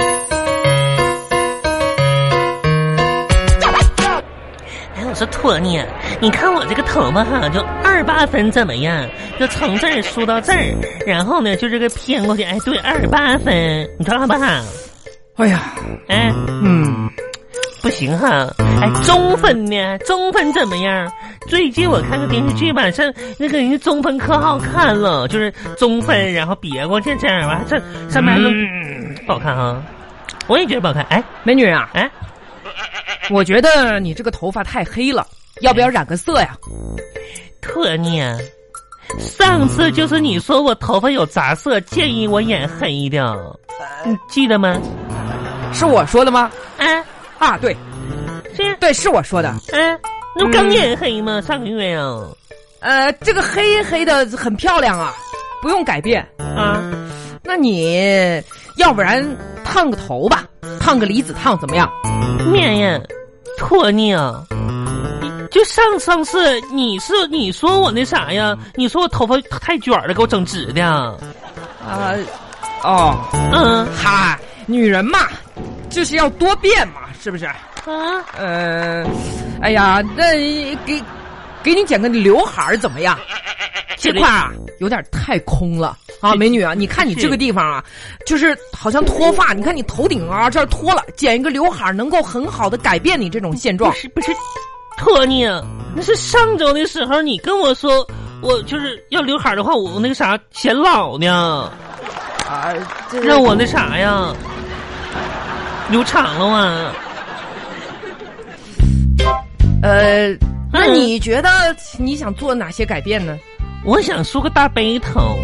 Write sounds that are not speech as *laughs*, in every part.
哎鸵鸟，你看我这个头发哈，就二八分怎么样？就从这儿梳到这儿，然后呢，就这个偏过去，哎，对，二八分，你说好不好？哎呀，哎，嗯，不行哈，哎，中分呢？中分怎么样？最近我看个电视剧吧，上那个人家中分可好看了，就是中分，然后别过去这样，完这上面还嗯能、不好看啊？我也觉得不好看，哎美女啊，哎，我觉得你这个头发太黑了，要不要染个色呀？特呢？上次就是你说我头发有杂色，建议我染黑的，你记得吗？是我说的吗？啊，啊，对这对，是我说的。啊，那不刚染黑吗？上个月啊，呃，这个黑黑的很漂亮啊，不用改变。啊，那你要不然烫个头吧，烫个离子烫怎么样？面呀，托尼啊，你就上上次你是你说我那啥呀？你说我头发太卷了，给我整直的。啊、哦，嗯嗨，女人嘛，就是要多变嘛，是不是？啊，呃，哎呀，那给给你剪个刘海儿怎么样？这块儿啊，有点太空了啊，是美女啊，你看你是这个地方啊，就是好像脱发，你看你头顶啊这儿脱了，剪一个刘海儿能够很好的改变你这种现状不。是不是，托尼啊，那是上周的时候你跟我说。我就是要刘海的话，我那个啥显老呢，啊，这让我那啥呀，留长了啊。呃，那嗯你觉得你想做哪些改变呢？我想梳个大背头，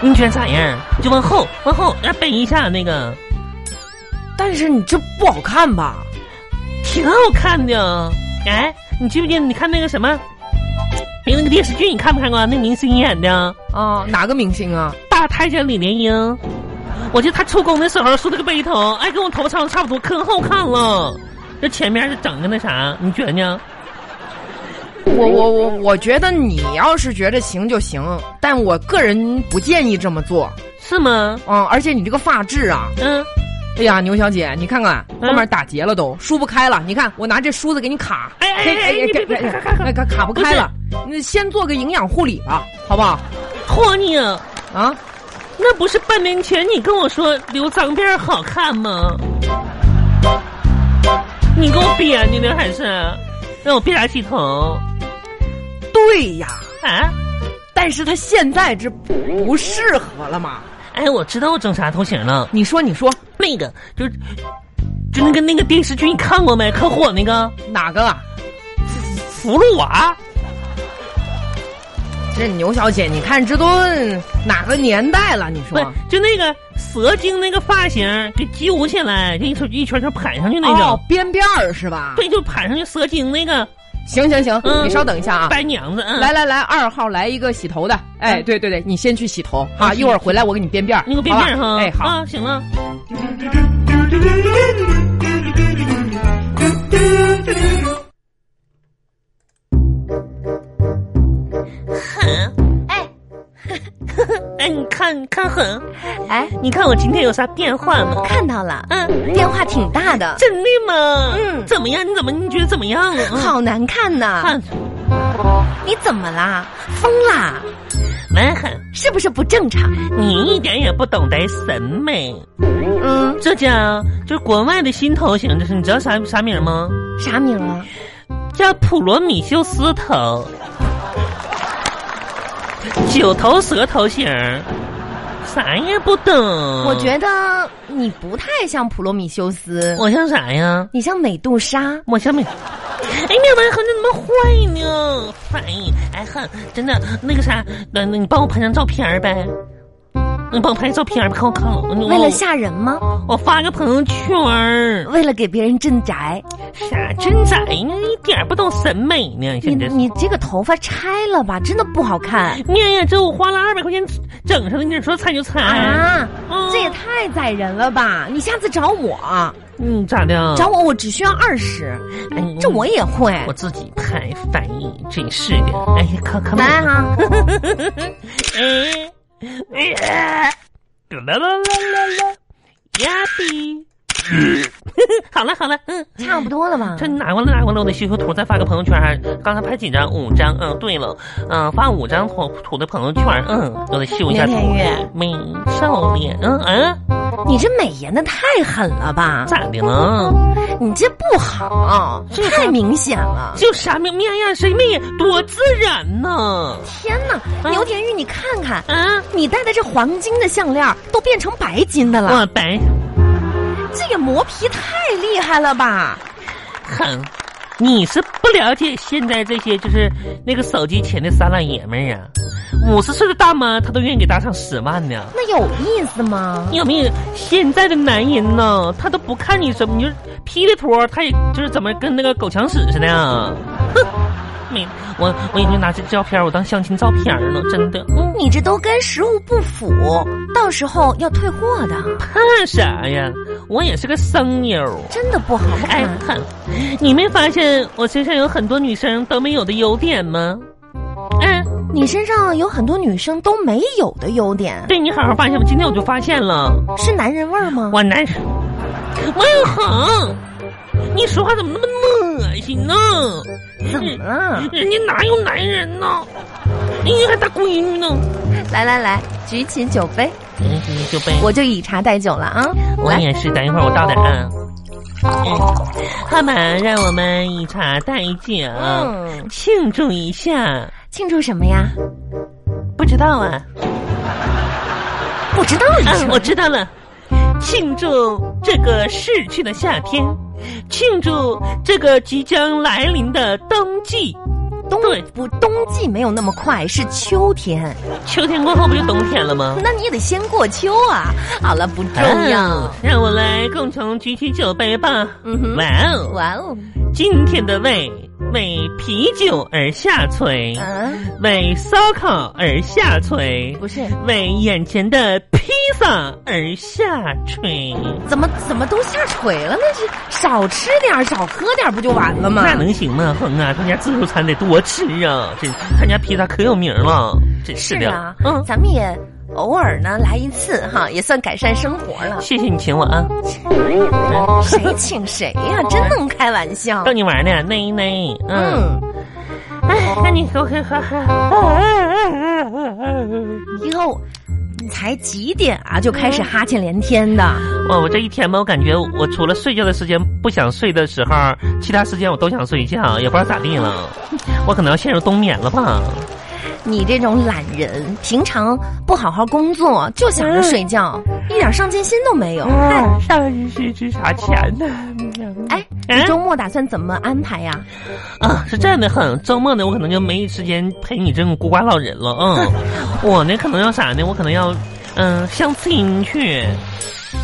你觉得咋样？就往后往后再背一下那个，但是你这不好看吧？挺好看的。哎，你记不记得你看那个什么，哎那个电视剧你看没看过啊？那明星演的啊，哪个明星啊？大太监李莲英，我记得她出宫的时候梳了个背头，哎，跟我头发长得差不多，可好看了。这前面是整个那啥，你觉得呢？我我我我觉得你要是觉得行就行，但我个人不建议这么做。是吗？嗯，而且你这个发质啊，嗯，哎呀，牛小姐，你看看嗯后面打结了都，梳不开了。你看我拿这梳子给你卡，哎哎哎哎你别别别哎卡卡不开了。你先做个营养护理吧，好不好？托尼，啊，那不是半年前你跟我说留脏辫儿好看吗？你给我编的呢，还是让我别啥洗头对呀，啊？但是它现在这不适合了嘛？哎，我知道我整啥头型了，你说，你说那个就是就那个那个电视剧你看过没？可火那个哪个？啊？葫芦娃，这牛小姐，你看这都哪个年代了？你不说是就那个蛇精那个发型给揪起来，就一圈一圈圈盘上去那种。哦，编辫儿是吧？对，就盘上去蛇精那个行行行，嗯你稍等一下啊。白娘子，嗯，来来来，二号来一个洗头的。哎，嗯对对对，你先去洗头啊，嗯一会儿回来我给你编辫儿。那个变好吧变哈，哎，好。啊，行了。狠，哎哎，你看，你看狠， *laughs* 哎，你看我今天有啥变化吗？看到了，嗯，变化挺大的，真的吗？嗯怎么样？你怎么你觉得怎么样啊？好难看呐！看，你怎么啦？疯啦？蛮狠，是不是不正常？你一点也不懂得审美。嗯，这叫就是国外的新头型，就是你知道啥啥名吗？啥名啊？叫普罗米修斯头，九头蛇头型儿，啥也不懂。我觉得你不太像普罗米修斯，我像啥呀？你像美杜莎。我像美。哎，那玩意儿怎么坏呢？烦！哎哼，真的那个啥，那那你帮我拍张照片儿呗？你帮我拍张照片儿，看我看我。为了吓人吗？我发个朋友圈儿，为了给别人镇宅？啥真咋呢？一点儿不懂审美呢，你现在是。你这个头发拆了吧，真的不好看面呀，这我花了二百块钱整上的，你说裁就裁。啊！嗯这也太宰人了吧！你下次找我，嗯，咋的？找我，我只需要二十。哎嗯，这我也会。我自己拍翻译，真是的。哎呀，看看来哈，哎，哎呀，啦啦啦啦啦，呀比，好了好了，嗯， *laughs* 差不多了吧？这你拿过来拿过来，我得修修图，再发个朋友圈。刚才拍几张？五张。嗯，对了，嗯，发五张图图的朋友圈。嗯，我得修一下刘图天。宇，美少年，嗯嗯，你这美颜的太狠了吧？咋的了？你这不好，太明显了。就啥明面样，谁没眼多自然呢？天哪，嗯牛田玉，你看看，啊，哎你戴的这黄金的项链都变成白金的了，我白这也磨皮太厉害了吧？很，你是不了解现在这些就是那个手机前的傻老爷们儿啊，五十岁的大妈她都愿意给搭上十万呢。那有意思吗？你有没有现在的男人呢？他都不看你什么，你就 P 的图儿，他也就是怎么跟那个狗抢屎似的、啊。哼，没我我已经拿这照片儿我当相亲照片儿了，真的。嗯，你这都跟实物不符，到时候要退货的，怕啥呀？我也是个生妞儿。真的不好哎看。，看，你没发现我身上有很多女生都没有的优点吗？嗯，你身上有很多女生都没有的优点，对你好好发现吧，今天我就发现了，是男人味儿吗？我男神万恒，你说话怎么那么恶心呢？怎么了？人家哪有男人呢？人家还大闺女呢。来来来，举起酒杯，嗯，你就背。我就以茶代酒了啊！我来，也是，等一会儿我倒点啊。嗯，好嘛，让我们以茶代酒，嗯，庆祝一下。庆祝什么呀？不知道啊，不知道你嗯， *laughs* 我说知道了，庆祝这个逝去的夏天，庆祝这个即将来临的冬季。冬对不冬季没有那么快，是秋天，秋天过后不就冬天了吗？那你也得先过秋啊。好了，不重要啊。让我来共同举起酒杯吧。嗯哼哇哦！哇哦，今天的胃为啤酒而下垂，嗯，为烧烤而下垂，不是，为眼前的披萨而下垂。怎么怎么都下垂了呢？这少吃点儿，少喝点儿，不就完了吗？那能行吗？哼啊，他家自助餐得多吃啊！这他家披萨可有名了，真是的。啊，嗯，咱们也偶尔呢来一次哈，也算改善生活了。谢谢你请我啊，谁请谁呀、真能开玩笑逗。你玩呢，内内。嗯，嗯，哎，那你给我喝喝喝。哟，你才几点啊就开始哈欠连天的？哇，哦我这一天吧，我感觉我除了睡觉的时间不想睡的时候，其他时间我都想睡觉，也不知道咋地 *laughs* 了，我可能要陷入冬眠了吧？你这种懒人，平常不好好工作，就想着睡觉，嗯一点上进心都没有。哎，啊，上一是值啥钱呢？哎嗯你周末打算怎么安排呀、啊，是这样的很，周末呢，我可能就没时间陪你这种孤寡老人了。嗯，我呢可能要啥呢？我可能要。嗯，相亲去，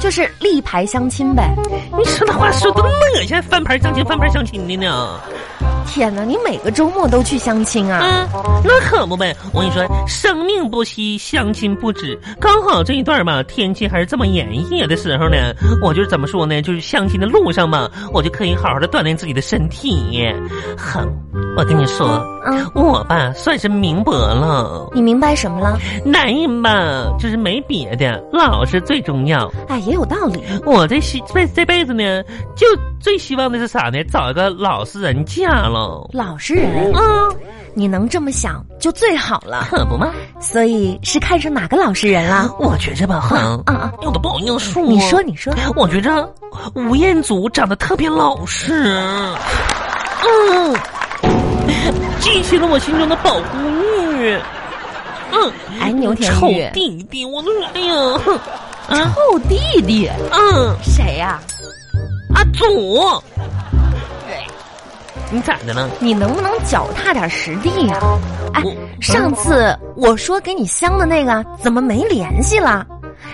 就是立牌相亲呗。你说那话说的那么恶心，翻牌相亲，翻牌相亲的呢。天哪，你每个周末都去相亲啊？嗯，那可不呗！我跟你说，生命不息，相亲不止。刚好这一段吧，天气还是这么炎热的时候呢，我就是怎么说呢？就是相亲的路上吧，我就可以好好的锻炼自己的身体。哼，我跟你说，嗯，我吧算是明白了，你明白什么了？男人吧就是没别的，老实最重要。哎，也有道理。我这希这这辈子呢，就最希望的是啥呢？找一个老实人嫁喽。老实人，嗯，你能这么想就最好了。可不嘛。所以是看上哪个老实人 *laughs* 了？我觉着吧，哼，啊啊！有的不好硬说。你说，你说，我觉着吴彦祖长得特别老实，嗯，激起了我心中的保护欲。嗯，哎，牛田臭玉，弟弟，我的哎呀，哼啊臭弟弟，嗯，谁呀、阿祖，你咋的了？你能不能脚踏点实地呀、哎我，上次我说给你香的那个，怎么没联系了？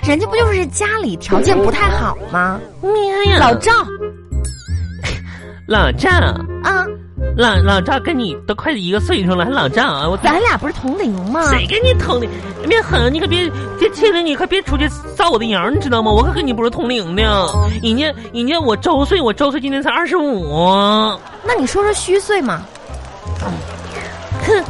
人家不就是家里条件不太好吗？妈呀，老赵老赵，啊，老老赵跟你都快一个岁数了，还老赵啊？我咱俩不是同龄吗？谁跟你同龄？别狠，你可别别气了，你可别出去造我的谣，你知道吗？我可跟你不是同龄的，人家人家我周岁，我周岁今年才二十五，那你说说虚岁嘛？哼，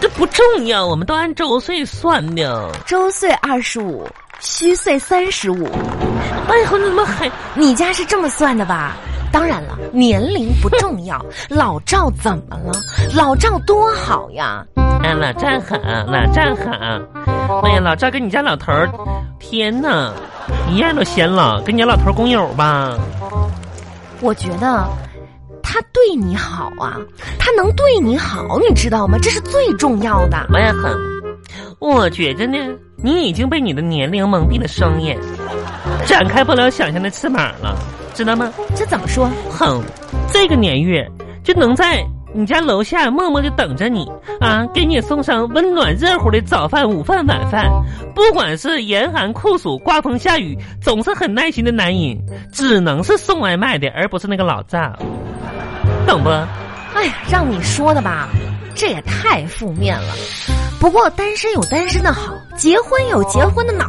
这不重要，我们都按周岁算的。周岁二十五，虚岁三十五。哎呀，我怎么还你家是这么算的吧？当然了，年龄不重要，老赵怎么了？老赵多好呀！哎，老丈好，老丈好！哎呀，老赵跟你家老头儿，天哪，一样都显老，跟你家老头儿工友吧？我觉得他对你好啊，他能对你好，你知道吗？这是最重要的。我也很，我觉着呢，你已经被你的年龄蒙蔽了双眼，展开不了想象的翅膀了，知道吗？这怎么说？哼，这个年月就能在你家楼下默默的等着你啊，给你送上温暖热乎的早饭、午饭、晚饭。不管是严寒酷暑、刮风下雨，总是很耐心的男人，只能是送外卖的，而不是那个老丈，懂不？哎呀，让你说的吧，这也太负面了。不过单身有单身的好，结婚有结婚的恼。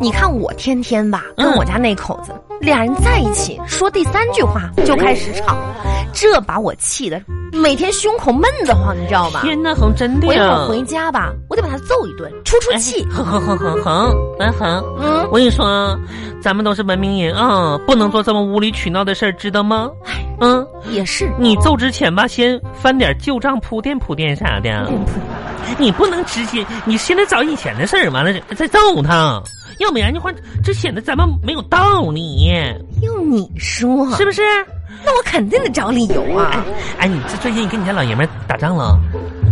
你看我天天吧，跟嗯我家那口子、俩人在一起，说第三句话就开始吵，这把我气的每天胸口闷得慌，你知道吗？天呐，哼，真的我一会呀儿！回家吧，我得把他揍一顿，出出气。哎，哼哼哼哼哼，哎哼。嗯，我跟你说，啊，咱们都是文明人啊、不能做这么无理取闹的事儿，知道吗？嗯，也是。你揍之前吧，先翻点旧账铺垫铺垫啥的。你不能直接，你现在找以前的事儿，完了再再揍他，要不然的话，这显得咱们没有道理，用你说，是不是？那我肯定得找理由啊！哎，你这最近你跟你家老爷们儿打仗了？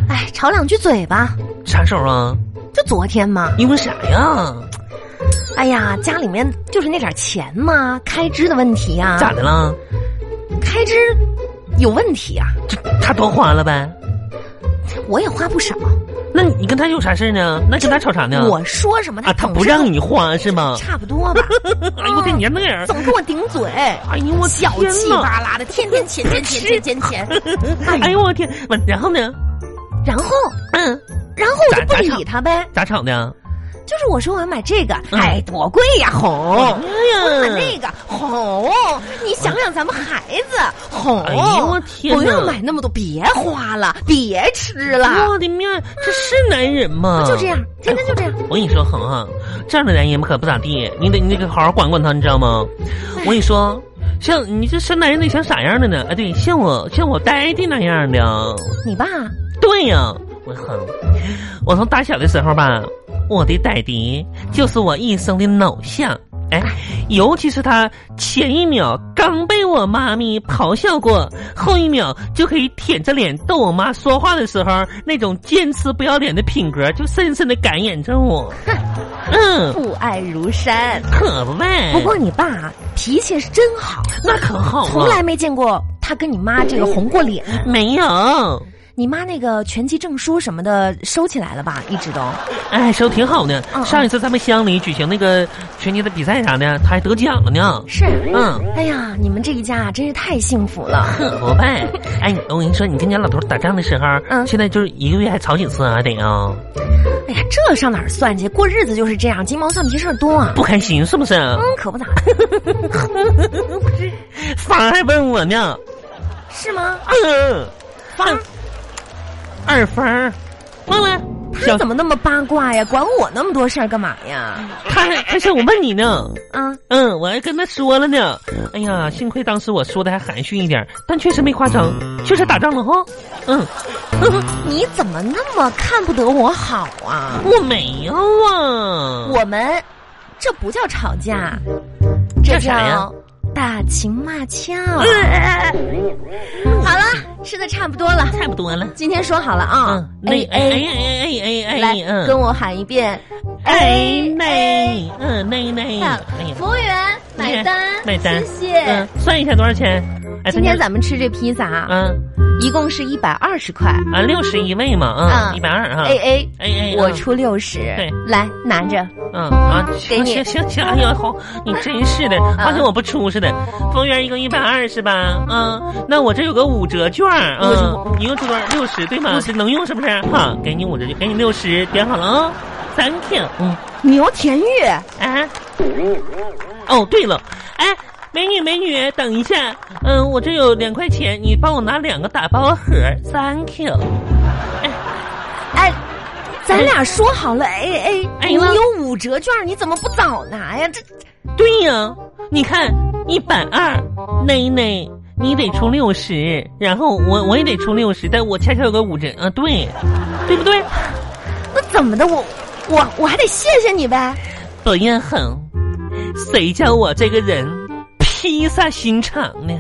哎，吵两句嘴吧，啥时候啊？就昨天嘛。因为啥呀？哎呀，家里面就是那点钱嘛，开支的问题呀、咋的了？开支有问题啊，这他多花了呗？我也花不少。那你跟他有啥事儿呢？那跟他吵啥呢？我说什么啊，他他不让，你花是吗？差不多吧。 *laughs* 哎呦，我天，你家那人儿，总跟我顶嘴，哎呦 *laughs* 我啊小天气呐巴拉的，天 *laughs* 天钱钱钱钱钱钱。哎呦我天，完然后呢？然后，嗯，然后我就咋咋不唱理他呗。咋吵啊的？就是我说我要买这个，嗯哎，多贵呀，哎红。我买那呀，个红，你想想咱们孩子红，哎呦我天哪不用买那么多，别花了，别吃了，哎嗯我的命，这是男人吗？就这样，天天就这样。我跟你说，恒恒，这样的男人可不咋地，你得你得好好管管他，你知道吗？我跟你说，像你这生男人得像啥样的呢？哎，对，像我像我呆的那样的。啊你爸对呀、我恒，我从打小的时候吧，我的呆迪就是我一生的偶像。哎，尤其是他前一秒刚被我妈咪咆哮过，后一秒就可以舔着脸逗我妈说话的时候，那种坚持不要脸的品格，就深深的感染着我。嗯，父爱如山，可不呗。不过你爸脾气是真好，那可好啊嗯了，从来没见过他跟你妈这个红过脸。没有。你妈那个拳击证书什么的收起来了吧？一直都。哎，收挺好的。嗯嗯上一次咱们乡里举行那个拳击的比赛啥的，他还得奖了呢。是，嗯，哎呀，你们这一家啊真是太幸福了。可不呗！哎，我跟你说，你跟人家老头打仗的时候，嗯现在就是一个月还吵几次啊？得啊，哎呀，这上哪儿算去？过日子就是这样，鸡毛蒜皮事儿多啊。不开心是不是？嗯，可不咋，芳还问我呢，是吗？嗯，芳儿，二芳儿，忘了，他怎么那么八卦呀？管我那么多事儿干嘛呀？他还他向我问你呢，啊， *laughs* 嗯，我还跟他说了呢。哎呀，幸亏当时我说的还含蓄一点，但确实没夸张，确实打仗了哈。嗯，呵呵你怎么那么看不得我好啊？我没有啊，我们这不叫吵架，这啥呀叫打情骂俏。嗯好了，吃的差不多了，差不多了。今天说好了啊嗯， ，A 那哎哎 A，哎哎哎来哎，嗯。跟我喊一遍哎 A 内，嗯内内，好哎呀，服务员买单，买单，谢嗯谢。，算一下多少钱？哎，今天咱咱们吃这披萨家啊，嗯一共是一百二十块啊六十一位嘛，啊嗯一百二哈， ，A A。哎哎，我嗯出六十对，来拿着。嗯啊，给行你行行行，哎呦，好，你真是的，好像我不出似的。服务员一共一百二是吧？嗯，那我这有个五折券儿，嗯，一共出多少？六十对吗？这能用是不是？哈，给你五折，给你六十，点好了啊，thank you，嗯。牛田玉，啊？哦，对了，哎，美女美女，等一下，嗯，我这有两块钱，你帮我拿两个打包盒，thank you。哎，咱俩说好了 A A，、哎你那有五折券，你怎么不早拿呀？这对呀、你看一百二，内内你得出六十，然后我我也得出六十，但我恰恰有个五折啊，对，对不对？那怎么的？我我我还得谢谢你呗。不要狠，谁叫我这个人披萨心肠呢？